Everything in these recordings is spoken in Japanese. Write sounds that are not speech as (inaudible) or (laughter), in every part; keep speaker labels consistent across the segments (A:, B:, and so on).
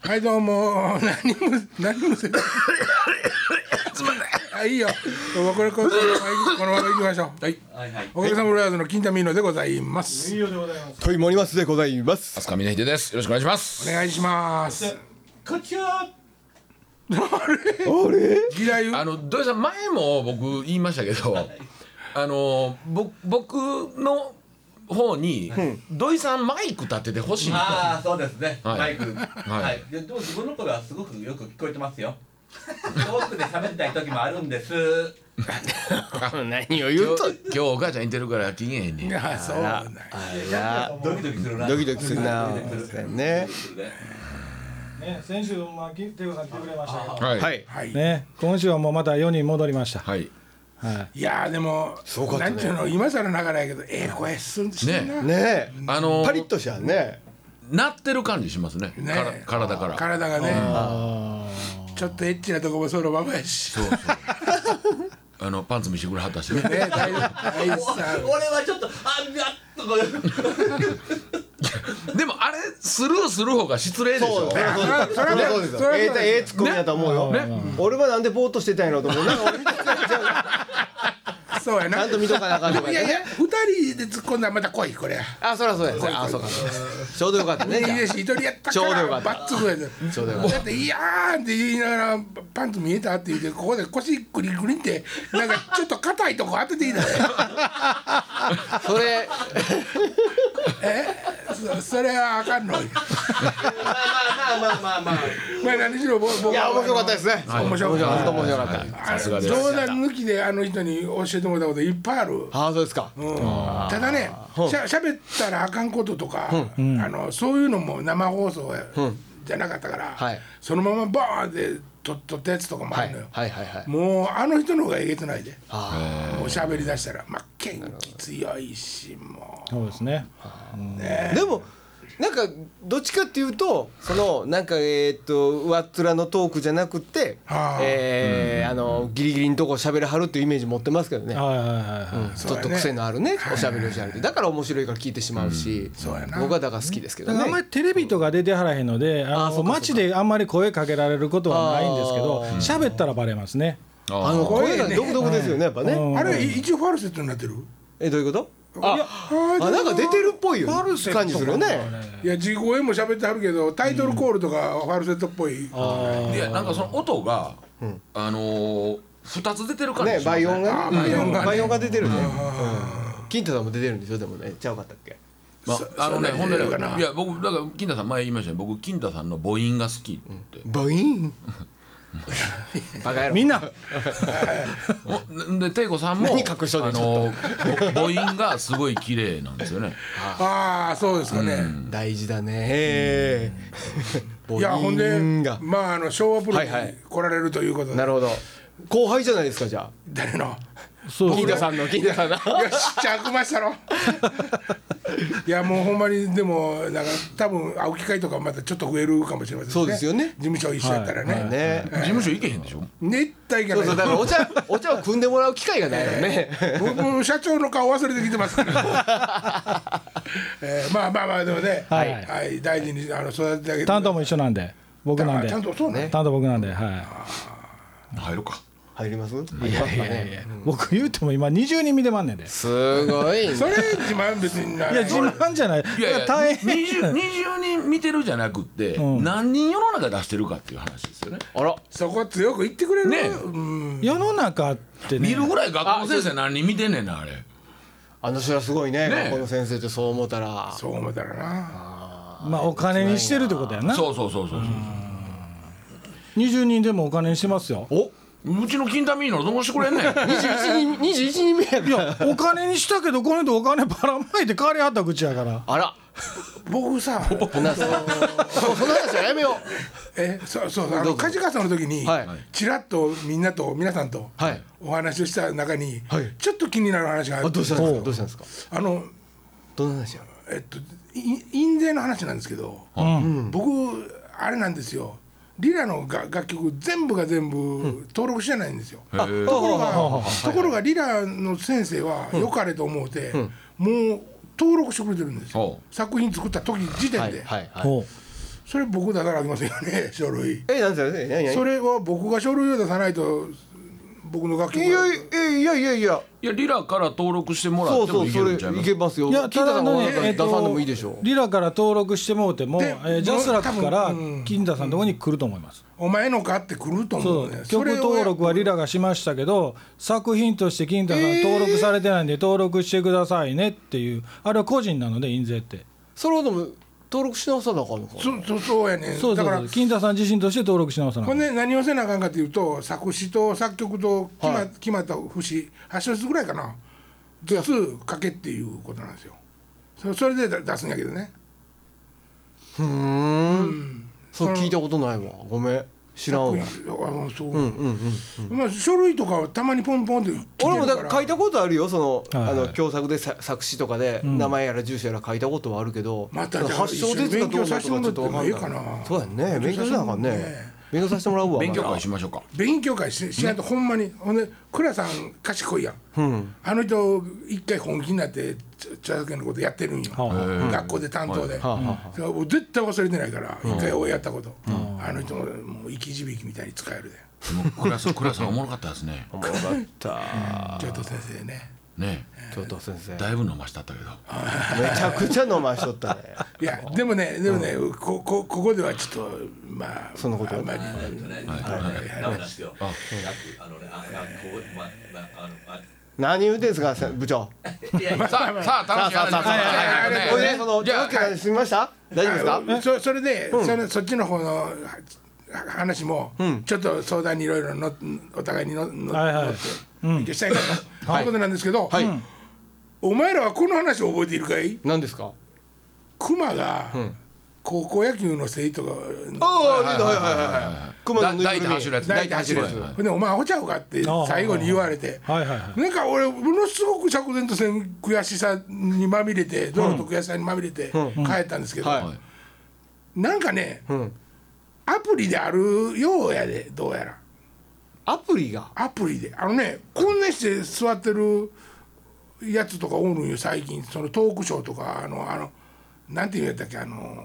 A: はいどうも何も何もせずあいいよもうこれこそこのまま行きましょうはい
B: はいはい。
A: おかげさまブラザーズの金田ミーノでございます
C: とい森松でございます。
D: 飛鳥峰秀です。よろしくお願いします
A: お。願いします
B: こっちは。
A: 嫌い
D: あの土井さん前も僕言いましたけど、あのぼ僕の方に土井さんマイク立ててほしいと。
B: ああ、そうですね。
D: はい
B: マイク。
D: はい
B: はい。ででも自分の声はすごくよく聞こえてますよ。遠くで喋りたい時もあるんです。
C: 何を言
D: 今日今日お母ちゃんいてるから機嫌いいね。
A: あそうなんや
C: いや、
B: ドキドキするな。
C: ドキドキするな
B: ドキドキする
C: ね。
E: ね、先週まあきテコさん来てくれましたけど
D: は
C: はいい。
A: はい
E: ね、今週はもうまた4人戻りました。
D: はい。
E: はい
A: やーでも
C: すごかった
A: な
C: ね
A: んていうの今更ながらやけどええ声すんしてんな
C: ねえ。
D: あの
C: パリッとしたね。
D: なってる感じしますね。から体から。
A: 体がねちょっとエッチなとこもそのままやし
D: そうそう。あのパンツ見してくれはったしね。
A: ね大大
B: お俺
A: さん
B: はちょっと、あ、やっとこう。
D: でもあれスルーする方が失礼でしょ。
C: そりゃそうですよ。そりゃそうです
A: そ
C: よ。
A: り
C: え
A: ゃ
C: え
A: そうですよ
C: ええツッコミやと思うよ。俺はなんでぼーっとしてたんやろうと思う。なんか俺見て
A: そうや
C: ち
A: な
C: ゃんと見とかなあかんとか
A: い
C: ね
A: やいや二人で突っ込んだらまた来いこれ
C: あ、そりゃそうです。あ、そうか。ちょうどよかったね。
A: いいです一人やったか
C: ちょうど
A: ら
C: よかった
A: バッツグやで
C: ちょうどよかっ
A: だって「いやー」って言いながらパンツ見えたって言ってここで腰グリグリってなんかちょっと硬いとこ当てていい
C: (laughs)
A: だろ
C: た。それ、
A: そそれはあかんの
B: まあまあまあまあまあまあ。
A: まあ何しろぼ僕はい
C: や面白かったですね。
D: はい
A: 面白かった
C: 本当面白かった。
D: さすがです。
A: 冗談抜きであの人に教えてもらったこといっぱいある。
C: あ、そうですか。
A: うんただねしゃしゃべったらあかんこととか、あのそういうのも生放送やじゃなかったから、
C: はい
A: そのままバーンってと撮ったやつとかもあ
C: は
A: る
C: い
A: のよ、
C: はいはいはい。
A: もうあの人の方がえげつないで
C: あ
A: もう喋りだしたらまあ元気強いしも
E: そうですね。
C: ーでも。なんかどっちかっていうとそのなんかえーっと上っ面のトークじゃなくて
A: あー
C: えーあのギリギリのとこ喋れはるっていうイメージ持ってますけどね
E: はいはいはいはい。
C: ちょっと癖のあるねおしゃべりをしはるってだから面白いから聞いてしまうし、
A: そうやな
C: 僕はだから好きですけど
E: だからあんま
C: ね
E: りテレビとか出てはらへんので、あ
C: あそう
E: の
C: かそうか
E: 街であんまり声かけられることはないんですけど、喋ったらバレますね。
C: あの声が独特ですよねやっぱね、
A: うあれい一応ファルセットになってる
C: えどういうこと
A: いや
C: あ
A: あ
C: あなんか出てるっぽいよ
E: ファルセット
C: 感じするよね
A: いや自己演も喋ってはるけどタイトルコールとかファルセットっぽい、
D: いやなんかその音が、あのー、2つ出てる感じ
C: ね
D: します
C: 倍音
A: あ
C: がね
A: 倍音がね
C: 倍音が出てるね、うん金太さんも出てるんでしょでもねちゃうかったっけ
D: ま
A: そ
D: あ、あのね
A: そん
D: ほ
A: なんに
D: で
A: 出
D: ね
A: るかない
D: や僕だから金太さん前言いましたよ僕金太さんの母音が好きって、
C: バインバカ野郎
E: みんな、
D: おで帝子さんも
C: 何隠しとんね
D: あ
C: ん
D: のーぼ母音がすごい綺麗なんですよね
A: ああそうですかね、
C: 大事だね
A: いやほんで
C: が
A: まああの昭和プロに
C: はいはい
A: 来られるということで、
C: なるほど後輩じゃないですかじゃ
A: 誰の (laughs)
E: そ
C: あ
E: う
C: 金太さんの金太さんの
A: いやしっちゃくましたろ (laughs) いやもうほんまにでもなんか多分会う機会とかまたちょっと増えるかもしれませんね
C: そうですよね
A: 事務所一緒やったらね、
C: ね
D: 事務所行けへんでしょ
A: 熱帯が
C: そう
A: ない
C: そうだからお (laughs) 茶お茶を汲んでもらう機会がないよね。
A: 僕も社長の顔忘れてきてます (laughs) から、えー、まあまあまあでもね、は
E: はいい
A: 大事にあの育ててあげて
E: 担当も一緒なんで、僕なんで、
A: あ担
E: 担
A: 当そうね
E: 当僕なんで、は
D: 入るか
C: 入ります？
E: い。いやいやいや、僕言うても今20人見てまんねんで。い
C: すごいね。
A: それ自慢別にない
E: や自慢じゃない。
D: いやいや
E: 大
D: 20
E: 変。
D: 20人見てるじゃなくって、
E: ん
D: 何人世の中出してるかっていう話ですよね
C: あら、
A: そこ強く言ってくれる
D: ね
A: うん
E: 世の中って
D: 見
E: ね
D: る。ぐらい学校の先生何人見てんねんなあれ
C: あの人はすごいね。
D: ね
C: 学校の先生ってそう思ったら。
A: そう思ったらな
E: まあお金にしてるってことやな。
D: そうそうそうそうそう
E: 20人でもお金にしてますよ。
C: お、
D: うちの金太ミーノどうしてくれんねん
C: 二十一人二十一人目や
E: い
C: から。
E: やお金にしたけどこの人お金ばらまいて帰りはった口やから
C: あら、
A: 僕
C: (laughs)
A: さ
E: (laughs)
C: なそう。その話はやめよ
A: えそうそうあ
C: ど
A: の
C: うぞ
A: 梶川さんの時に、
C: はい
A: ちらっとみんなと皆さんと
C: はい
A: お話をした中に、
C: はい
A: ちょっと気になる話があ
C: う。あ、
A: る
C: どうしたんですか？どうしたんですか？
A: あの
C: どんな話や？
A: えっとい印税の話なんですけど、僕あれなんですよリラのが楽曲全部が全部登録してないんですよ、と
C: と
A: ころがところがリラの先生は良かれと思うて、もう登録してくれてるんですよ、
D: ほう
A: 作品作った時時点で、
C: はいはいはい。
E: ほう
A: それ僕出さなあきませんよね (laughs) 書類
C: えなんですか何何
A: それは僕が書類を出さないと僕の楽
C: い
A: 曲
C: や
A: が
C: いやいやいや
D: いやリラから登録してもら
C: そ
D: っ
C: う
D: て
C: そう
D: もいけ
C: そ
D: る
C: れ
D: んちゃいま
C: い
D: す
C: けますよ
E: いや
C: 聞い
E: た
C: た
E: だ
C: の
E: ね
C: 出
E: えっと
C: さんでもいいでしょ
E: リラから登録してもうても、
A: で
E: えージャスラックか
A: 多
E: ら
A: 分うん
E: 金田さんのとこに来ると思います。
A: お前のかってくると思
E: そうう
A: ねそ
E: 曲
A: れを
E: 登録はリラがしましたけど作品として金田さん登録されてないんで登録してくださいねっていうあれは個人なので印税って
C: それはでも登録し直さなあかんのかな
A: そそそうやね
E: そうそ
A: だ
E: う
A: か
E: そ
A: ら
E: う金田さん自身として登録し直さなあ
A: ほ
E: か
A: ん
E: ん
A: で何をせなあかんかというと作詞と作曲と決ま,、
C: はい
A: 決まった節8小節ぐらいかなずつ書けっていうことなんですよそそれでだ出すんやけどね
C: ふーんそう聞いたことないわごめん知らんわ
A: あのそう、まあ、書類とかはたまにポンポンって
C: 俺もだから書い
A: た
C: たことあるよその,、
E: はいはい
C: あの共作でさ作詞とかで名前やら住所やら書いたことはあるけど、
A: またじゃあ
C: 発祥ですかどうなのかちょっとわかんない
A: 勉強させてもらってもいいかな
C: そうやんね勉強しなあかんね
A: ね
C: 勉強させてもらうわ
D: 勉強
C: まだ
D: 会しましょうか
A: 勉強会ししないとほんまに、ほんで倉さん賢いやん、あの人一回本気になってちょ茶漬けのことやってるんよ、
E: はあ
D: はあ
A: 学校で担当で、
C: はあは
A: だからもう絶対忘れてないから一回俺やったこと、あの人ももう生き字引みたいに使えるで
D: もうクラスクラスおもろかったですね
C: おもろかった
A: ちょっと先生ね
D: ね
C: ちょっと先生め
D: だいぶ飲ましたったけど
C: ちゃくちゃ飲ましとったね
A: いやでもねでもね、ここここではちょっとまあ
C: そんなこと
A: あんまり
B: ダメなんですよ。あのね、あ、こう、ま、ま、あの、
C: 何言うてんすかせ部長
B: あ、いや、さ
D: さあさあ楽しい
C: さあさあさあ
A: はいはいはい
C: これでその
D: じ
C: 手
D: ゃあ
C: 分けが済みました大丈夫ですか
A: あそそれで、そのそっちの方のは話も、ちょっと相談にいろいろのお互いにのの
E: はいはい
A: 乗って勉強したいかな、ということなんですけど、お前らはこの話を覚えているかい
C: 何ですか
A: 熊が高校野球の生徒が、
C: ああはいはいはいはい熊の
D: だ
C: ぬい
D: 抱い
C: ぐる
D: て
C: み
D: 走るやつ
A: 抱いて走るやつ、ほんで「お前アホちゃうか?」って最後に言われて、
E: はいはいはい
A: なんか俺ものすごく釈然とせん悔しさにまみれて泥と悔しさにまみれて帰ったんですけど、
C: はい
A: なんかね、
C: ん
A: アプリであるようやでどうやら
C: アプリが
A: アプリであのねこんなして座ってるやつとかおるんよ最近そのトークショーとかあのあのなんて言うんやったっけあの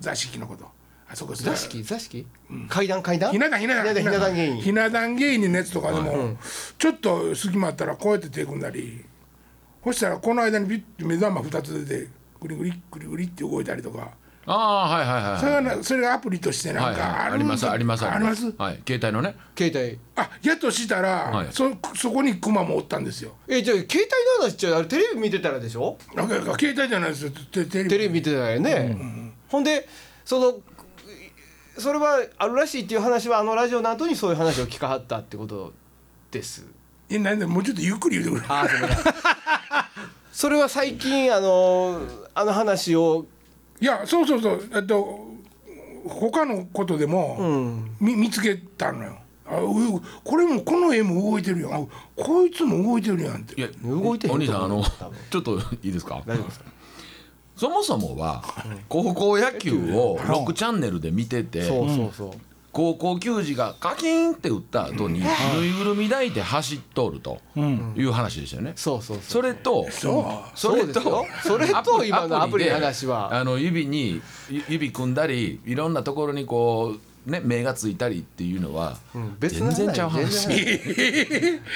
A: 座敷のことあそこ
C: 座敷座敷階段階段
A: ひな壇ひな壇
C: ひな壇芸人
A: ひな壇芸人のやつとかでも、ちょっと隙間あったらこうやって手組んだりそしたらこの間にビッて目玉2つ出てグリグリグリグリって動いたりとか
D: ああはいはいはい
A: それはなそれがアプリとしてなん
D: はい
A: か、
D: はいあ
A: る
D: りますあります
A: あります
D: はい携帯のね
C: 携帯
A: あやっとしたら、
D: はい
A: そそこにクマもおったんですよ
C: えじゃあ携帯の話っちゃうあれテレビ見てたらでしょ
A: なんか携帯じゃないですよテテレビ
C: テレビ見てたらよね、ほんでそのそれはあるらしいっていう話はあのラジオの後にそういう話を聞かはったってことです
A: えなんでもうちょっとゆっくり言うてくれ
C: あーごめんなさいそれは最近あのあの話を
A: いやそうそうそうえっと他のことでも、み見つけたのよあうこれもこの絵も動いてるよあこいつも動いてるやんって
D: いや
C: 動いてへん
D: お兄さん
C: と
D: あ
C: 思う
D: の
C: 多分
D: ちょっといいですか
C: 大丈夫ですか
D: そもそもは高校野球を6チャンネルで見てて
C: そうそうそう、
D: 高校球児がカキンって打った後にぬいぐるみ抱いて走っとるという話でしたよね。
C: そうそうそう
D: それと
A: そう
D: それ
C: そうですよ
D: と
C: それと
D: アプリ
C: 今のアプリの
D: で
C: 話は
D: あの指にゆ指組んだりいろんなところにこうね目がついたりっていうのは
C: ん別の
D: 全
C: 話
D: 然ちゃう話
C: 全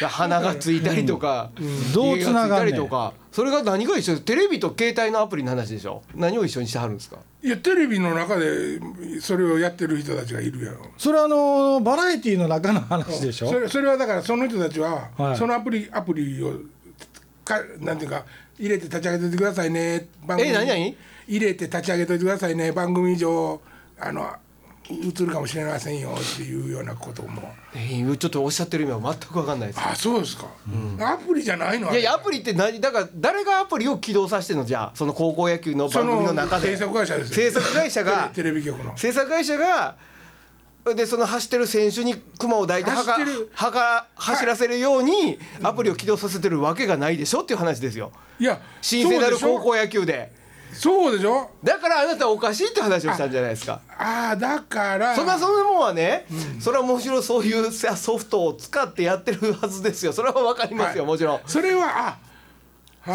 C: 鼻がついたりとか、
E: どう
C: 家
E: つながんねん
C: ついたりとかそれが何が一緒テレビと携帯のアプリの話でしょ何を一緒にしてはるんですか
A: いやテレビの中でそれをやってる人たちがいるやん
E: それはあのバラエティの中の話でしょ
A: それそれはだからその人たちは、
E: はい
A: そのアプリアプリをかなんていうか入れて立ち上げておいてくださいね番
C: え何々
A: 入れて立ち上げておいてくださいね番組上あの映るかもしれませんよっていうようなことも
C: えーちょっとおっしゃってる意味は全く分かんないです
A: あそうですか、アプリじゃないの
C: いやいやアプリって何だから誰がアプリを起動させてんのじゃあその高校野球の
A: そ
C: 番組の
A: の
C: 中
A: 制
C: で
A: 作会社です
C: 制作会社が
A: テレテレビ局の
C: 制作会社がでその走ってる選手に熊を抱いてはか
A: 走ってる
C: はか走らせるようにアプリを起動させてるわけがないでしょっていう話ですよ
A: いや
C: 新生なる高
A: そうでしょ
C: 校野球で
A: そうでしょ
C: だからあなたおかしいって話をしたんじゃないですか
A: ああだから
C: そんなそんなもんはね、それはもちろんそういうさソフトを使ってやってるはずですよそれはわかりますよ、
A: はい
C: もちろん
A: それはあい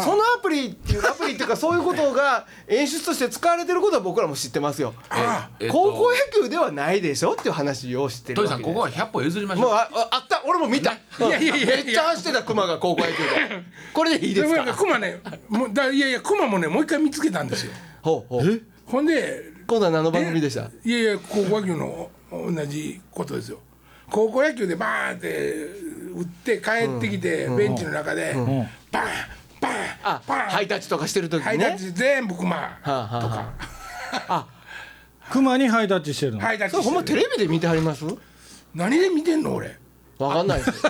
C: そのアプリって
A: (laughs)
C: いうアプリっていうかそういうことが演出として使われてることは僕らも知ってますよ。
A: あ
D: えっと
C: 高校野球ではないでしょっていう話をしてる
D: ト
C: わ
D: イ
C: け
D: さん
C: で
D: ここは100歩譲りまし
C: もう
D: ょう
C: あああった俺も見た
A: いやいやいやいや
C: めっちゃ走ってた熊が高校野球でこれでいい
A: で
C: で
A: も
C: す
A: なんか
C: か
A: 熊ねもうだいやいや熊もねもう一回見つけたんですよ
C: ほうほう
A: ほんで
C: 今度は何の番組でした
A: いやいや高校野球の同じことですよ高校野球でバーンって打って帰ってきて、ベンチの中で、バーンバーン
C: あ
A: バーン
C: ハイタッチとかしてる時
A: ハ
C: に
A: イタ
C: ね
A: ッチ全部熊と
C: あはあ
A: か
C: あ
E: 熊にハイタッチしてるの、
A: ハイタッチ
C: それほんま
A: して
C: テ
A: る
C: レビで見てはります
A: 何で見てんの俺
C: わかんない
A: (laughs)
C: です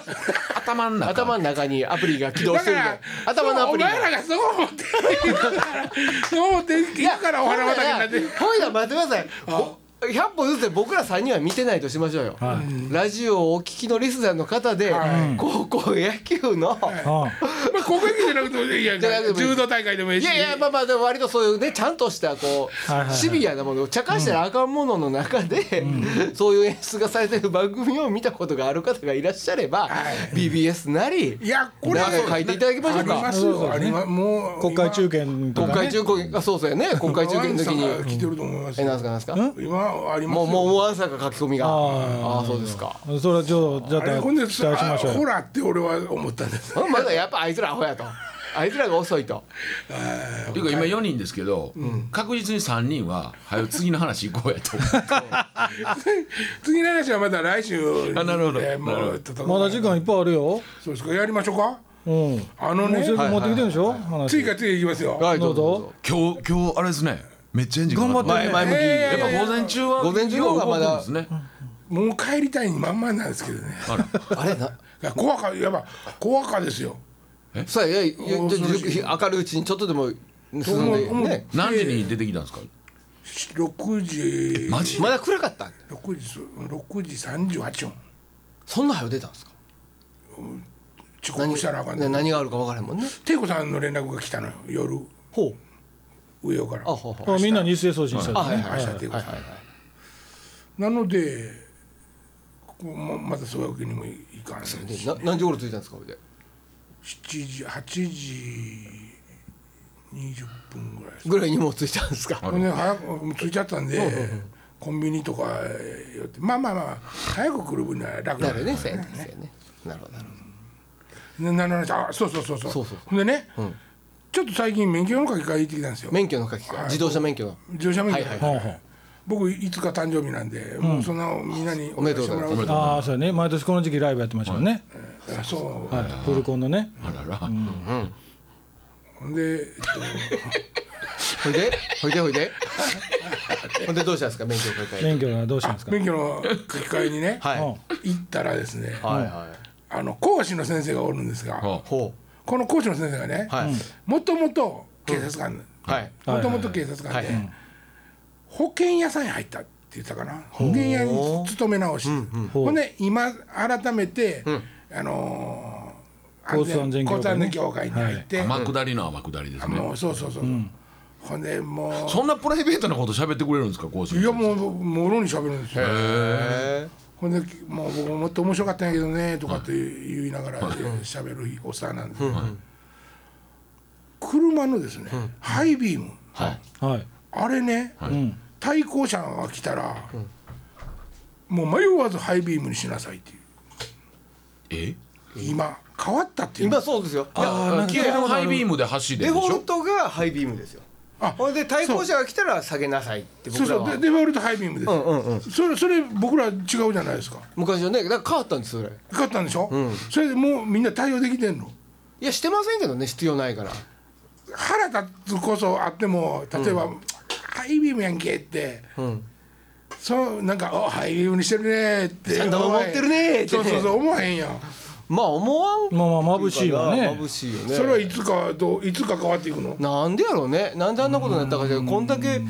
D: 頭の中
C: 頭の中にアプリが起動
A: だ
C: して
A: か
C: るの
A: ら
C: 頭のア
A: そう
C: プ
A: お
C: リが
A: 前らがそう思ってるからそう思っているからお花畑になってる
C: ほいだ待ってくださいほ100歩ずつ僕ら3人は見てないとしましょうよ、ラジオをお聞きのリスナーの方で、
A: は
C: 高校野球の、
E: うん
A: まあ高校野球じゃなくてもいいや
C: じゃなくてもいい
A: 柔道大会でもいい
C: い
A: し
C: やいやまあまあでも割とそういうねちゃんとしたこ
E: はいはいは
C: う
E: い
C: シビアなものを茶化したらあかんものの中で、そういう演出がされてる番組を見たことがある方がいらっしゃれば、BBS なり
A: いやこれ
C: なんか書いていただきましょう
A: あり
C: か
A: ますよありますもう
E: 国会中堅と
C: 国
E: か、ね
C: 会、中継あそうそうやね国会中継の
A: ワイン
C: 時
A: さんが来
C: に
A: てると思います
C: え
A: よ
C: なんすかなんすか
E: ん
A: 今あります
C: も
A: よ
C: うもうもうアンサーが書き込みが
E: あ
C: ああーそうですか
E: それはちょっとじゃあ
A: あれほん
E: 期
A: で
E: 待しましょ
A: あ
E: う
A: ほ
E: よ
A: らって俺は思ったんです
C: うんまだやっぱあいつらアホやとあいつらが遅いと
D: っていうか今4人ですけど、確実に3人は「はよ次の話行こうや」と
A: 次の話はまた来週
D: あなるほど
A: えーも
D: なるほ
A: う
D: ど
A: ちょっと
E: まだ時間いっぱいあるよ
A: そうですかやりましょうか
E: うん
A: あの
E: もう
A: ね
E: すぐ持ってきてるでしょ、
A: 次
E: 話
A: から次へ行きますよ
C: は
E: どうぞ
D: 今日今日あれですねめっちゃエンジンかか
E: 頑張っ
C: 前
E: て
C: 前向きに
A: え
D: やっぱ午前中は
C: 午前中の方がまだ
D: よう動くんですね
A: もう帰りたいにまんまなんですけどね
D: あら
C: あれな
A: 怖かやっぱ怖かですよ
C: そうやいやいや
A: 恐ろしい
C: 明るいうちにちょっとでも進んで
A: もう
C: ね
D: 何時に出てきたんですか
A: 6時
D: マジ
C: まだ暗かったん
A: 6時6時38分
C: そんな早う出たんですか
A: 遅刻したらあかん
C: ね
A: ね
C: 何があるか分からへんもんね
A: 帝子さんの連絡が来たのよ夜
C: ほ
A: 上尾から
C: うあほうほう
E: あみんなに一斉送信した
C: あ
E: ら
C: はい
E: ね
C: はいは
A: 明
C: いは
A: 日とい
C: いう
A: こ
C: は
A: と
C: いはい
A: なのでこうままたそういうわけにもいかないし
C: でな何時頃着いたんですかほいで
A: 7時8時20分ぐらいです
C: ぐらいにもう着いたんですか
A: ほんで早く着いちゃったんでコンビニとか寄ってまあまあまあ早く来る分には楽
C: (laughs) な
A: だ
C: るほどねそうやねそうやねなるほどなるほ
A: ねなななあそうそうそうそう
C: そうそう
A: ほんでね、ちょっと最近免許の書き換え行ってきたんですよ
C: ど免許の書き換え自動車免許の
A: 自動車免許、
C: はい
E: はいはい
A: 僕いつか誕生日なんで、もうそんなみんなに
C: おめでとうございます
A: おめでとう
E: ああそうやね毎年この時期ライブやってましたもんね、
A: ございますそう、
E: はいフルコンのね
D: あらら、
A: ほんで、えっ
C: ほいでほいでほいでほんでどうしたんですか免許の書き換え
E: 免許はどう
C: (laughs)
E: したんです
A: と、
E: か、
A: 免許の書き換えにね、
C: はい
E: うん
A: 行ったらですね、
C: はいはい
A: あの講師の先生がおるんですが、
D: は
C: ほ
A: この講師の先生がね
C: う、はい
A: もともと警察官、
C: はい
E: うん
A: もともと警察官で、
C: はいはい
A: 保険屋さんに入ったって言ってたかな保険屋に勤め直して、ほんで今改めて、あのー
E: 交通安全協会ね
A: 交通安全協会に入って、
D: い、天下りの天下りですね、
A: もうそうそうそうそう、ほんでもう
D: そんなプライベートなこと喋ってくれるんですか講師
A: いやもうもろに喋るんですよ
C: へえ
A: ほんでもう僕もっと面白かったんやけどねとかって言いながら喋るおっさんなんですけど、車のですね、ハイビーム
C: はい
E: はい、
A: あれね、
E: うん
A: 対向車が来たら、もう迷わずハイビームにしなさいっていう
D: え
A: 今変わったっていう
C: 今そうですよいや
D: あ基本ハイビームで走れ
C: デ
D: る
C: フ
D: でし
C: ォル
D: ょ
C: トがハイビームですよ
A: あ
C: ほんで対向車が来たら下げなさいって
A: そう
C: 僕ら
A: そう
C: は
A: デデフォルトハイビームです、
C: うんうんうん
A: それそれ僕ら違うじゃないですか
C: 昔はねだから変わったんですそれ
A: 変わったんでしょ、それでもうみんな対応できてんの
C: いやしてませんけどね必要ないから
A: 腹立つこそあっても例えば、ハイビームやんけ」って、そうなんか「おハイビームにしてるね」って
C: サンダル持ってるねって
A: そうそうそう思わへんやん、
C: まあ思わん
E: まあまあ眩しいわね
C: 眩しいよね
A: それはいつかどういつか変わっていくの
C: なんでやろうねなんであんなことになったかしらこんだけ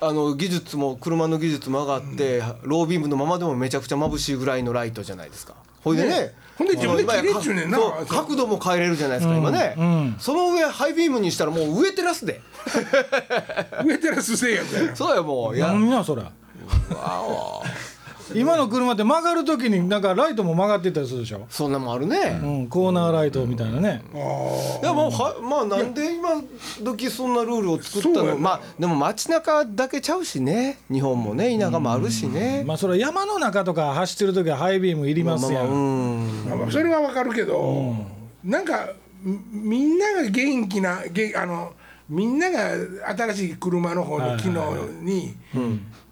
C: あの技術も車の技術も上がってロービームのままでもめちゃくちゃ眩しいぐらいのライトじゃないですかほいでね
A: ねほんで自分で切れっちゅうねんな
C: そう角度も変えれるじゃないですか、今ね、
E: うん
C: その上ハイビームにしたらもう上テラ
A: (laughs)
C: スで
A: 上テラス製やみたいな
C: そうやもうや
E: 何やそれ
C: わお
E: 今の車って曲がる時になんかライトも曲がってたりするでしょ、
C: そんなもんあるね
E: う、ん、コーナーライトみたいなね、
C: いやもうはまあなんで今時そんなルールを作った
A: そうや
C: の
A: な
C: まあでも街中だけちゃうしね日本もね田舎もあるしね
E: まあそれは山の中とか走ってる時はハイビームいりますやん、
C: うん
A: まあまあそれはわかるけど、なんかみみんなが元気なげあのみんなが新しい車の方の機能に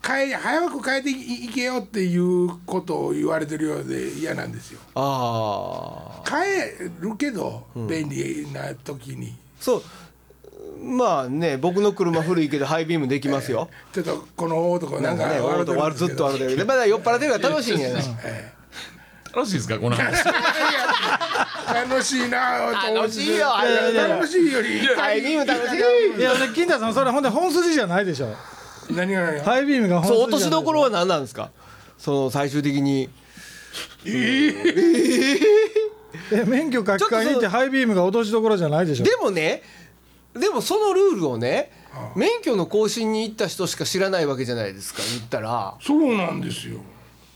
A: 変え早く変えていいけよっていうことを言われてるようで嫌なんですよ。
C: ああ
A: 変えるけど便利な時に、
C: そうまあね僕の車古いけどハイビームできますよ
A: ちょっとこの男な
C: なんん
A: か
C: かね
A: 笑て
C: 割と
A: るん
C: 割
A: です
C: とず
A: け
C: っ
A: ど
C: とあれだけどまだ酔っ払ってるから楽しいん
A: (laughs)
C: やね
D: 楽しいですかこの話
A: 楽しいなぁと思って
C: 楽しいよあれ
A: いや楽しいより
C: ハイビーム楽しい
E: いや金田さんそれほんで本筋じゃないでしょ
A: 何が何が
E: ハイビームが本
C: そ
E: 筋
C: う
E: じゃ
C: 落としどころは何なんですかその最終的に
E: え免許書き換えに行っ
C: ちょっと
E: てハイビームが落としどころじゃないでしょ
C: でもねでもそのルールをね免許の更新に行った人しか知らないわけじゃないですか言ったら
A: そうなんですよ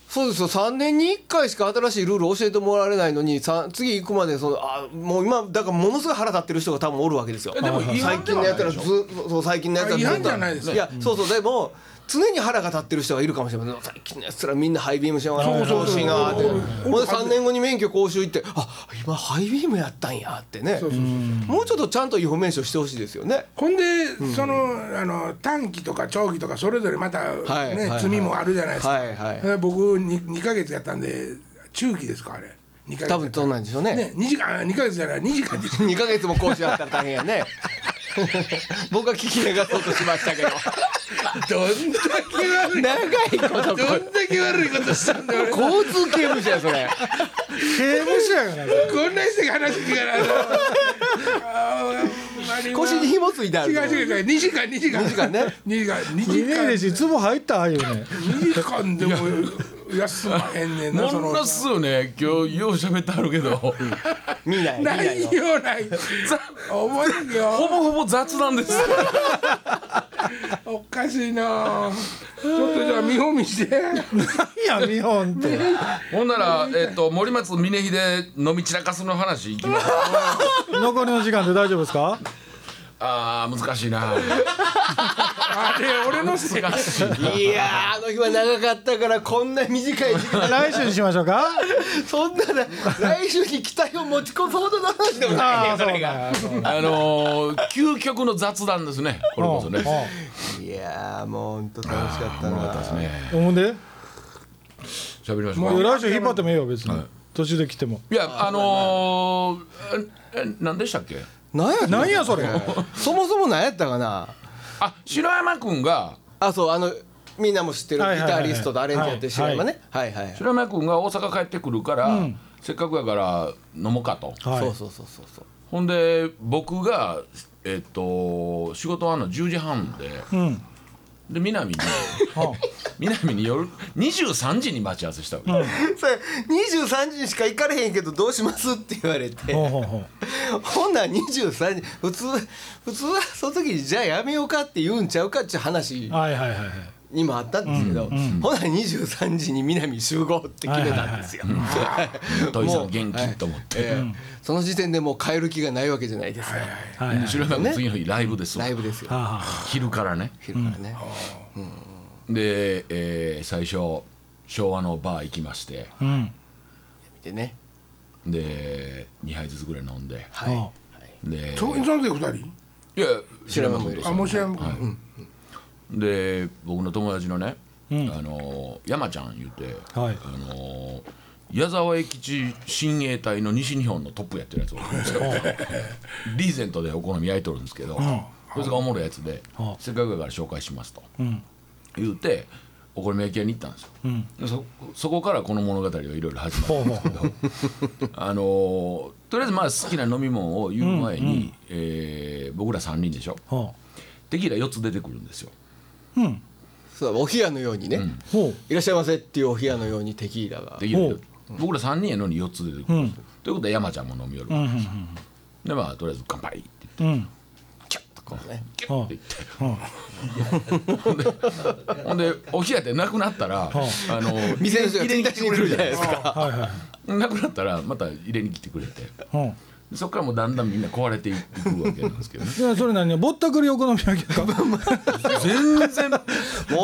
C: そうですよ3年に1回しか新しいルールを教えてもらえないのにさ次行くまでそのあもう今だからものすごい腹立ってる人が多分おるわけですよ
D: えでも違
C: 最
D: 反で
C: 近の
D: はな
C: や
D: い
C: つら
D: でし
C: ず
D: ょ
C: そう最近のやつらずっと
A: 違反じゃないですよ
C: いやそうそうでも常に腹が立ってる人がいるかもしれません最近のやつらみんなハイビームしながら
A: そうそう
C: 調子いいなーって
A: そう
C: ほんで3年後に免許講習行ってあ今ハイビームやったんやってね
A: そうそうそう
C: もうちょっとちゃんと違法免許してほしいですよね
A: ほんで、そのあの短期とか長期とかそれぞれまた、ね
C: はいはい
A: 罪もあるじゃないですか、
C: はいはい
A: で僕に2ヶ月やったんで中期ですかあれ2ヶ月
C: 多分そうなんでしょうね
A: ね2時間あ二ヶ月じゃない2時間
C: (laughs)
A: です
C: 2ヶ月も講習あったら大変やね (laughs) 僕は聞き流そうとしましたけど
A: どんだけ悪い
C: 長いこと
A: どんだけ悪いことしたんだ
C: (laughs)
A: 俺こ
C: 交通刑務所やそれ
E: 刑務所やからね
A: んな人が話聞かないあのあーほんま
C: 腰に紐ついてある
A: 違う違う違う2時間2時間2時
C: 間ね
A: 2時間2
E: イ
A: 時
E: メー
A: 間
E: ジし壺入ったああいうね
A: 2時間でも
C: (laughs)
A: 休まへんねんな
D: も
A: そ
D: ん
A: の
D: なっすよね今日よう喋ってあるけどほ
C: 見ない見
A: な
C: ない
A: い
C: よ
A: よ
C: (laughs)
A: ない覚えんよ
D: ぼほぼ雑談です
A: おかしいなあちょっとじゃあ見本見して
E: 何や見本って
D: ほんなら、えっと森松峰秀飲み散らかすの話いきます
E: 残りの時間で大丈夫ですか
D: あー難しいな
A: あれ俺のせい
D: 難し
C: い
D: い
C: やーあの日は長かったからこんな短い時間
E: 来週にしましょうか
C: そんなら来週に期待を持ち越すほどの話でもない
E: あ
C: ね
E: あ
C: そ
E: そう
C: れが
E: か
D: あのー究極の雑談ですねこれこそね
C: いやーもう本当楽しかった
D: よかったです
C: な
D: ね
E: ほんで
D: 喋りまし
E: い
D: ょ
E: や
D: うか
E: 来週引っ張ってもいいよ別に途中で来ても
D: いやあのーええ何でしたっけ
C: なんや
E: なんやそれ
C: (laughs) そもそも何やったかな
D: あ篠山君が
C: あそうあのみんなも知ってる
E: はい
C: ギ
E: はいはい
C: タリストとアレンジャーっていう
E: はい
C: 山ねはいはい
D: 白山君が大阪帰ってくるから、せっかくやから飲もうかと
E: はい
C: そうそうそうそうそう
D: ほんで僕がえっと仕事終わるの10時半で、
E: ん
D: で南に南に夜23時に待ち合わせしたわけ、
C: (laughs) それ23時にしか行かれへんけどどうしますって言われて
E: ほうほうほう
C: ほんなら23時普通普通はその時にじゃあやめようかって言うんちゃうかっていう話
E: はいはいはいはい
C: にもあったんですけど、ほんなら23時に南集合って決めたんですよ。
D: 土井さ
C: も
D: ん
C: う
D: 元気と思って、
C: ええその時点でもう帰る気がないわけじゃないですか、
E: はいはい
D: 白山君次の日ライブですわ
C: ライブですよ
E: はあはあ
D: 昼からね
C: 昼からね、
D: で、えー最初昭和のバー行きまして
E: うん
C: でね
D: で2杯ずつぐらい飲んで
C: はい、
E: あ
D: で
A: そその時2人
D: いや
C: 白山もいるし
D: 白
A: あ
D: 山君
A: もしやん
D: はいで僕の友達のね、あのー山ちゃん言うて、
E: はい
D: あのー矢沢永吉親衛隊の西日本のトップやってるやつおるんですけど (laughs) リーゼントでお好み焼いとるんですけど、そいつがおもろいやつで、
E: はあ
D: せっかくやから紹介しますと、
E: ん
D: 言うてお好み焼き屋に行ったんですよ、でそそこからこの物語がいろいろ始まるんですけど、 (laughs) あのーとりあえずまあ好きな飲み物を言う前に、えー僕ら3人でしょ
E: は
D: テキーラ4つ出てくるんですよ
E: あうん
C: そうお部屋のようにね、
E: ほう
C: いらっしゃいませっていうお部屋のようにテキーラが
D: できるんだよ
E: ほ
D: 僕ら3人やのに4つ出てくる、
E: うん
D: ということで山ちゃんも飲み寄る、
E: うんうん
D: でまあとりあえず乾杯って
E: うん
D: キャッと
C: ですね
E: うんうん
D: ほんでお冷やでなくなったら、あの
C: 店の人が手に出してくれるじゃないですか
E: はいはい
D: なくなったらまた入れに来てくれて
E: うん
D: そこからもうだんだんみんな壊れていくわけなんですけどね
E: いやそれ何ぼったくりお好み焼きですか
D: 全然
C: も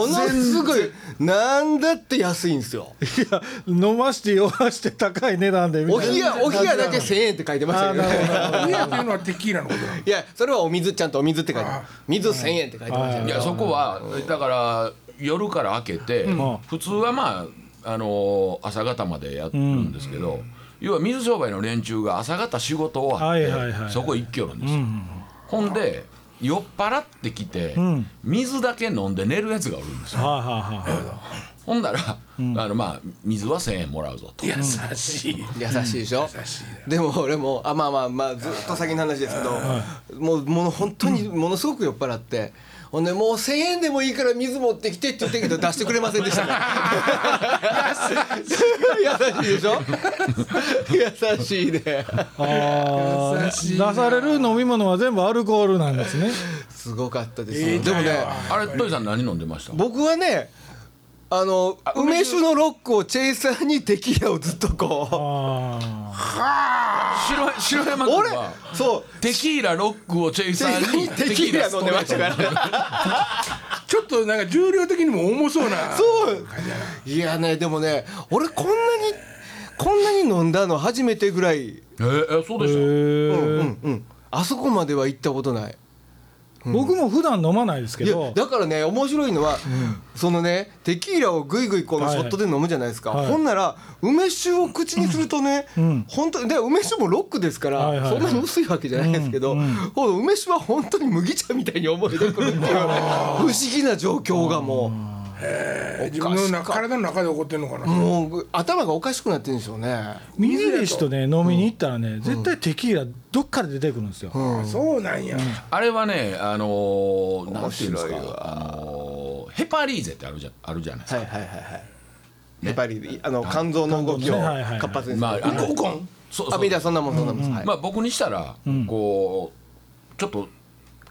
C: のすごいなんだって安いんですよ
E: いや飲まして酔わして高い値段でみ
C: お
E: たいな
C: 冷やお冷やだけ1000円って書いてましたけどね
A: いやっていうのはテキーラのことなの
C: いやそれはお水ちゃんとお水って書いてある水1000円って書いてました
D: い
C: け
D: や
C: ど
D: そこはだから夜から開けて、
E: ん
D: 普通はまあ、あの朝方までやるんですけど、要は水商売の連中が朝方仕事終わって、
E: はいはいはい
D: そこ一挙なんですよ、ほんで酔っ払ってきて、
E: ん
D: 水だけ飲んで寝るやつがおるんですよ
E: はあはあはあ
D: ほんだら、あのまあ水は1,000円もらうぞと。
A: 優しい
C: 優しいでしょでも俺もあまあまあまあずっと先の話ですけどもうもの本当にものすごく酔っ払ってほんでもう1000円でもいいから水持ってきてって言ってんけど出してくれませんでしたね (laughs) 優しいでしょ優しいで
E: あー
A: 優しいな
E: 出される飲み物は全部アルコールなんですね
C: すごかったです
A: ええ
C: よでも
A: だ
C: ね
A: よ
D: あれトイさん何飲んでました
C: 僕はねあの梅酒のロックをチェイサーにテキーラをずっとこ
E: あ
D: 白白山
C: う
D: 君
C: 俺
D: は
C: そう
D: テキーラロックをチェイ
C: チ
D: サ
C: ェイサ
D: ー
C: ーに
D: に
C: テキーラ飲んでましたからね
A: ちょっとなんか重量的にも重そうな
C: そういやねでもね俺こんなにこんなに飲んだの初めてぐらい
D: えーえそうで
E: ーへ
D: し
E: ー
C: うんうんあそこまでは行ったことない
E: 僕も普段飲まないですけ
C: いや
E: ど
C: だからね面白いのは、そのねテキーラをぐいぐいこの
E: はい
C: ショットで飲むじゃないですか、
E: はい
C: ほんなら梅酒を口にするとね、
E: ん
C: 本当にで梅酒もロックですから、
E: はいはいはい
C: そんなに薄いわけじゃないですけど、この梅酒は本当に麦茶みたいに思えてくるってい
E: (laughs)
C: う不思議な状況がも
A: 自分の中体の中で起こってんのかな
C: うもう頭がおかしくなってるんでしょうね。
E: 水でしとね飲みに行ったらね、絶対テキーラどっから出てくるんですよ、
A: あそうなんや
D: ょあれはねあのー、なんていうんです
C: 面白い
D: か、あのーヘパリーゼってあるじゃあるじゃないです
C: は
D: か、
C: いはいはいはい。やっぱりあの肝臓の動きを
E: 肝臓ねはいはいはい
C: 活発にする。
D: まああの
A: ウコン
D: そう
C: あ
D: そう
C: みんなそんなもんそんなもん。はい
D: まあ僕にしたら、こうちょっと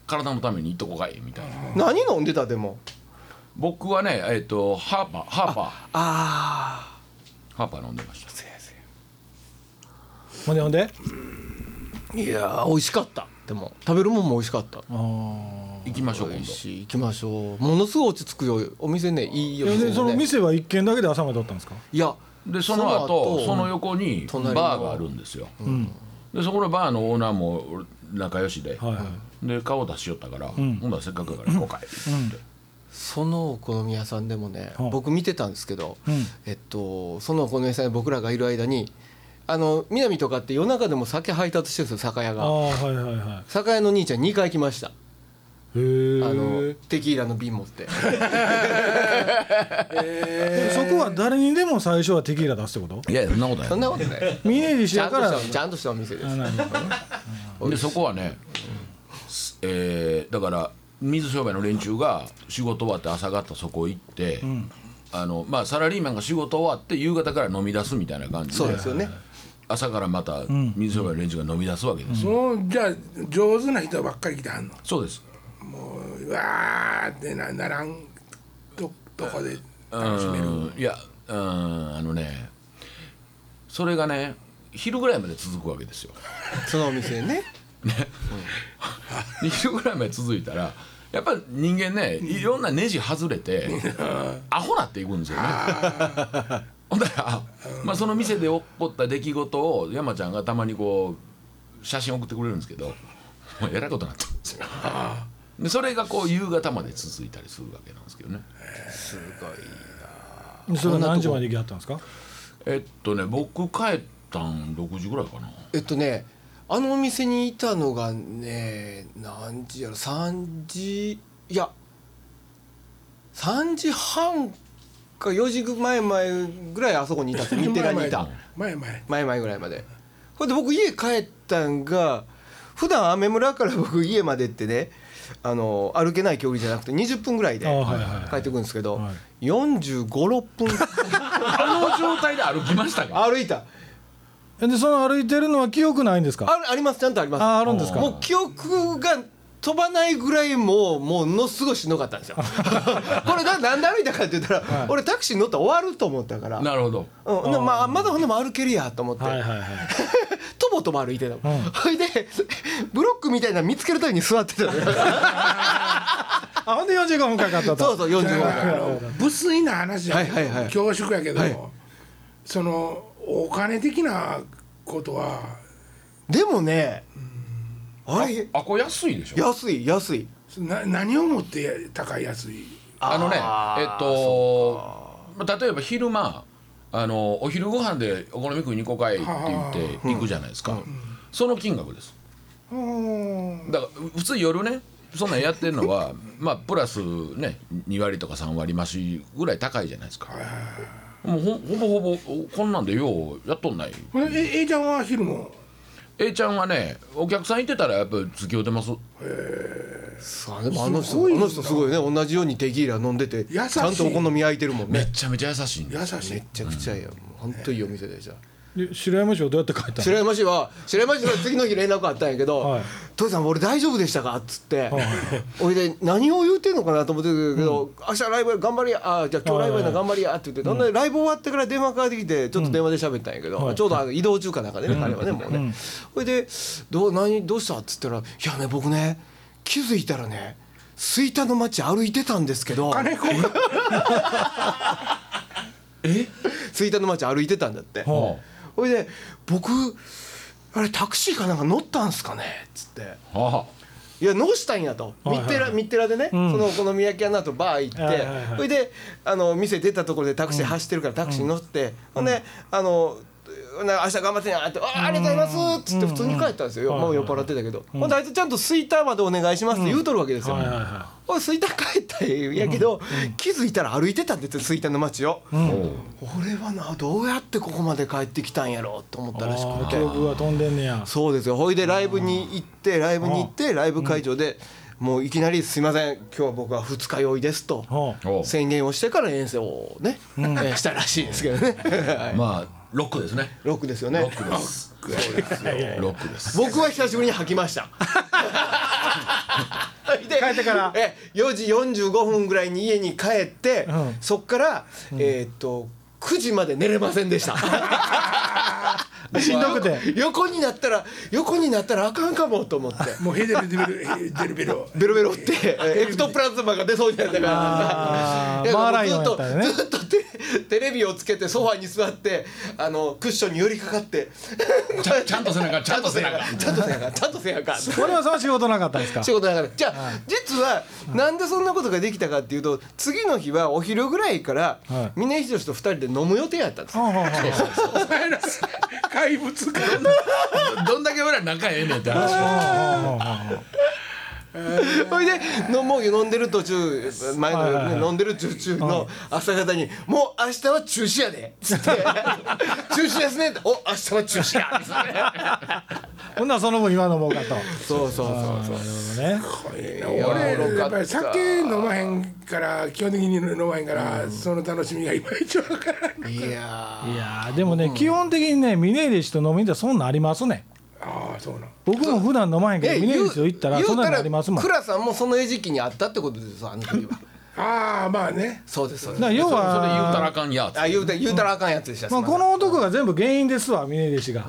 D: 体のためにいっとこかいみたいな
C: 何飲んでたでも。
D: 僕はねえっ、とハーパーハーパ
C: ああ。
D: ーハーパー飲んでました
E: ほんでほんで
C: いやー美味しかった。でも食べるもんも美味しかった。
E: あー
D: 行きましょう
C: 美
D: 今
C: 味
D: 度
C: しい行きましょう。ものすごい落ち着くよお店ねいいよ。
E: えでその
C: ね
E: 店は一軒だけで朝までおったんですか
C: いや
D: でその後その横にバ
C: 隣
D: ー
C: の
D: があるんですよ、でそこのバーのオーナーも仲良しで、
E: はいはい
D: で顔出しよったから、今度はせっかくやから行こうかいって
C: そのお好み屋さんでもね、
E: うん
C: 僕見てたんですけど、
E: うん
C: えっと、そのお好み屋さんに僕らがいる間にあの南とかって夜中でも酒配達してるんですよ酒屋
E: ああ
C: が
E: はいはいは
C: 酒屋の兄ちゃん2回来ました
E: いへえ
C: あのテキーラの瓶持って
E: そこは誰にでも最初はテキーラ出すってこ
D: いやいやそんなことない
C: そんなことない
E: (laughs) と峰岸
C: ちゃ
E: や
C: んと
E: から
C: したちゃんとしたお店です
E: あなるほどね
D: でそこはね、すえーだから水商売の連中が仕事終わって朝方そこ行って、あのまあ、サラリーマンが仕事終わって夕方から飲み出すみたいな感じで
C: そうですよね
D: 朝からまた水商売の連中が飲み出すわけです、
A: そのじゃあ上手な人ばっかり来てはんの
D: そうです
A: もううわーってなならんととこで楽しめる
D: うんいやうんあのねそれがね昼ぐらいまで続くわけですよ
C: そのお店ね
D: 昼ぐらいまで続いたらやっぱり人間ねいろんなネジ外れてアホなっていくんですよねほんだら、まあ、その店で起こった出来事を山ちゃんがたまにこう写真送ってくれるんですけどもうえらいことになってるんですよでそれがこう夕方まで続いたりするわけなんですけどね
E: それは何時まで行きはったんですか
D: えっとね僕帰ったん6時ぐらいかな
C: えっとねあのお店にいたのがね何時やろ3時いや3時半か4時前前ぐらいあそこにいたん
E: (laughs)
C: ですよ日テレにいた
A: 前前
C: 前前ぐらいまでこれで僕家帰ったんが普段雨村から僕家までってねあの歩けない距離じゃなくて20分ぐらいで
E: あはいはいはい
C: 帰ってくるんですけど、
E: は
C: 4 5 6分 (laughs)
D: あの状態で歩きましたか
C: 歩いた
E: えでその歩いてるのは記憶ないんですか
C: あるありますちゃんとあります
E: ああるんですか
C: もう記憶が飛ばないぐらいもうものすごいしんどかったんですよ (laughs) これななんで歩いたかって言ったら、俺タクシーに乗ったら終わると思ったから
D: なるほど
C: うんほんで、まあ、まだほんでも歩けるやと思って、
E: はいはいはい
C: とぼとぼ歩いてたのほ、いでブロックみたいなの見つけるために座ってたの
E: あほんで45分かかったと
C: そうそう
A: だからあ
C: 45
A: の無粋な話やけど
C: はいはいはい
A: 恐縮やけど、
C: はい
A: そのお金的なことは
C: でもねあれ
D: あこれ安いでしょ
C: 安い安い
A: な何をもって高い安い
D: あのね
C: あー
D: えっとまあ例えば昼間あのお昼ご飯でお好み食いに行こうかいって言って行くじゃないですか、その金額です
A: うん
D: だから普通夜ねそんなんやってるのは (laughs) まあプラスね2割とか3割増しぐらい高いじゃないですかもうほほぼほぼおこんなんでようやっとんない
A: ほんでえ A ちゃんは昼も
D: A ちゃんはねお客さんいてたらやっぱ付き合うてます
C: そうでもあの
A: す
C: 人
A: ごい
C: あ
A: んだ
C: の人すごいね同じようにテキーラ飲んでてち
A: 優しい
C: ゃんとお好み焼いてるもん
D: め
C: ね
D: ちゃめちゃ優しいんで
A: 優し
C: め
A: い
C: っちゃくちゃいいよ本当いいお店でした
E: で白山城どうやって帰ったの
C: 白山市は白山市は次の日連絡あったんやけど「
E: はい
C: 父さん俺大丈夫でしたか?」っつっておいで何を言うてんのかなと思ってたけど「明日ライブや頑張りやあじゃあ今日ライブやな頑張りや」って言って、ほんでライブ終わってから電話かかってきてちょっと電話で喋ったんやけど、ちょうどあの移動中かなんかでね、彼はねもうね。ほいでどう何どうした?」っつったら「いやね僕ね気づいたらね吹田の街歩いてたんですけど
A: 金子
C: 吹田の街歩いてたんだって。
D: は
C: ほいで僕あれタクシーかなんか乗ったんすかねっつって
D: あは
C: 「いや乗したんやと」
E: はい
C: ミッテラミッテラでね、そのお好み焼き屋の後バー行って、
E: はいはいはい
C: ほいであの店出たところでタクシー走ってるからタクシーに乗って、ほんであのほんで明日頑張ってなって「あありがとうございます」っつって普通に帰ったんですよ、もう酔っ払ってたけど、ほんであいつちゃんと「スイターまでお願いします」って言うとるわけですよ。
E: はいはいは
C: おい吹田帰ったんやけど、気づいたら歩いてたんですよ吹田の街を、
D: あおう
C: 俺はなどうやってここまで帰ってきたんやろうと思っ
E: い
C: たらし
E: あ
C: く
E: ー
C: て
E: 記憶が飛んでんねや
C: そうですよほいでライブに行ってライブに行ってライブ会場でもういきなり「すいません今日は僕は二日酔いです」と
E: ほ
D: おう
C: 宣言をしてから遠征をね、えー (laughs) したらしいですけどね (laughs) はい
D: まあロックですね
C: ロックですよ
D: ロ
C: ね
D: ックですロックです
C: 僕は久しぶりに吐きました
E: (laughs)
C: で
E: 帰ってから
C: え4時45分ぐらいに家に帰って、
E: ん
C: そっから、えーっと9時まで寝れませんで
E: (laughs)
C: した
E: うしんどくて
C: (laughs) 横になったら横になったらあかんかもと思って
A: もうヘデルデルヘデルベロ
C: ベロベロってえエクトプラズマが出そうになったから
E: あー
C: だから
E: マーライオン
C: ずっ
E: やっ
C: と
E: たよね
C: ずっとテテレビをつけてソファーに座ってあのクッションに寄りかか
E: (laughs)
C: って
D: ちゃんちゃんと背中ちゃんと背中
C: ちゃんとせなあかんちゃんとせなあかん
E: 森山さんは仕事なかったんですか
C: 仕事だからじゃあ、実はなんでそんなことができたかっていうと次の日はお昼ぐらいから
E: は
C: 峰秀と二人で飲む予定やったんですよ
E: ほうほうほう
A: 怪物か
D: どんだけ俺ら仲ええねんって話
C: それで飲もうよ飲んでる途中前の夜
E: はいはい
C: ね
E: はい
C: 飲んでる途中の朝方に「もう明日は中止やで」つって
E: (laughs)
C: 「中止ですね」って「お明日は中止や」
E: ほんならその分今飲もうかと
C: そうそうそうそう
E: ね
A: 俺やっぱり酒飲まへんから基本的に飲まへんから、その楽しみがいまいちわからない
C: いや
E: いやーでもね基本的にね峰岸と飲みに行ったらそんなんありますね
A: ああそうなん
E: 僕も普段飲まへんけ
C: ー
E: ど峰岸と行ったら
C: 言
E: そ
C: うん
E: なんありますもんだか
C: 倉さんもその餌食にあったってことですよあの時 (laughs) は
A: ああまあね
C: そうですそうです
E: ら要
D: それ言うたらあ
E: は
D: かんやつ
C: あ言うた言うたらあかんやつでした、
E: まあこの男が全部原因ですわ峰岸が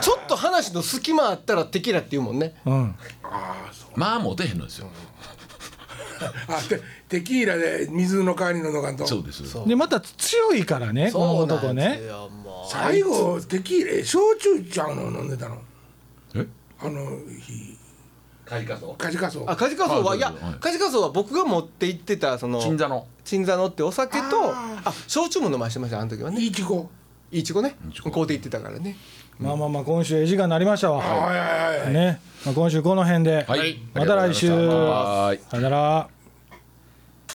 C: ちょっと話の隙間あったらテキラって言うもんね
E: うん
A: ああそう
D: まあモテへんのですよ
A: あ
C: (laughs)
A: てテキーラで水の代わりの飲かんと
D: そうです
C: そう
E: でまた強いからねこの
C: そうな
E: 男
C: んで
E: ね
C: すよもう
A: 最後テキーラえ焼酎ちゃうの飲んでたの
D: え
A: あの日
B: カジカソ
A: カジカソ
C: あカジカソは
D: はい
C: いや
D: はい
C: カジカソは僕が持って行ってたその
D: 鎮座の
C: 鎮座のってお酒と
A: あ
C: あ焼酎も飲ましてましたあの時はね
A: いちご
C: いちごね
D: ちご
C: こうで行ってたからね
E: まあまあまあ今週ええ時間になりました
A: ああ
E: わ
A: はいはいはい
E: ねまあ今週この辺で
D: はい
E: また来週
D: ありがとうございましたバイバイ
E: さよなら